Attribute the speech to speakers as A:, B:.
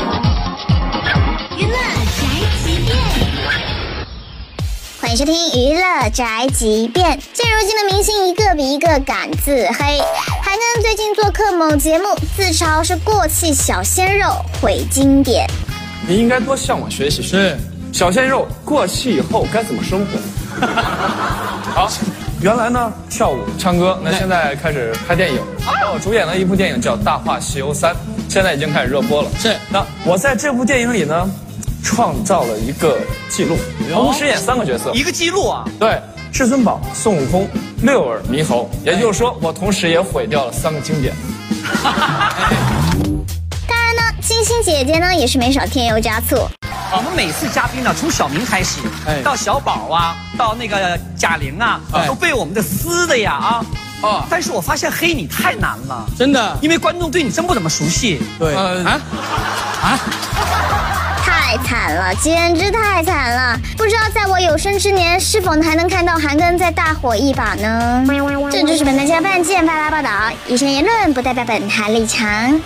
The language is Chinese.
A: 娱乐宅急便，
B: 欢迎收听《娱乐宅急便》。现如今的明星一个比一个敢自黑，韩庚最近做客某节目，自嘲是过气小鲜肉毁经典。
C: 你应该多向我学习学习。小鲜肉过气以后该怎么生活？好，原来呢跳舞、唱歌，那现在开始拍电影。我主演了一部电影叫《大话西游三》，现在已经开始热播了。
D: 是
C: 那我在这部电影里呢，创造了一个记录，同时演三个角色。
D: 一个记录啊，
C: 对，至尊宝、孙悟空、六耳猕猴，也就是说，我同时也毁掉了三个经典。
B: 当然呢，星星姐姐呢也是没少添油加醋。
D: 我们每次嘉宾呢，从小明开始，
C: 哎
D: 到小宝啊，到那个贾玲啊，
C: 哎
D: 都被我们的撕的呀啊。
C: 啊
D: 但是我发现黑你太难了，
E: 真的，
D: 因为观众对你真不怎么熟悉。
E: 对
C: 呃
E: 啊啊，
B: 太惨了，简直太惨了！不知道在我有生之年是否还能看到韩庚再大火一把呢？这就是本台嘉宾见巴拉报道，以上言论不代表本台立场。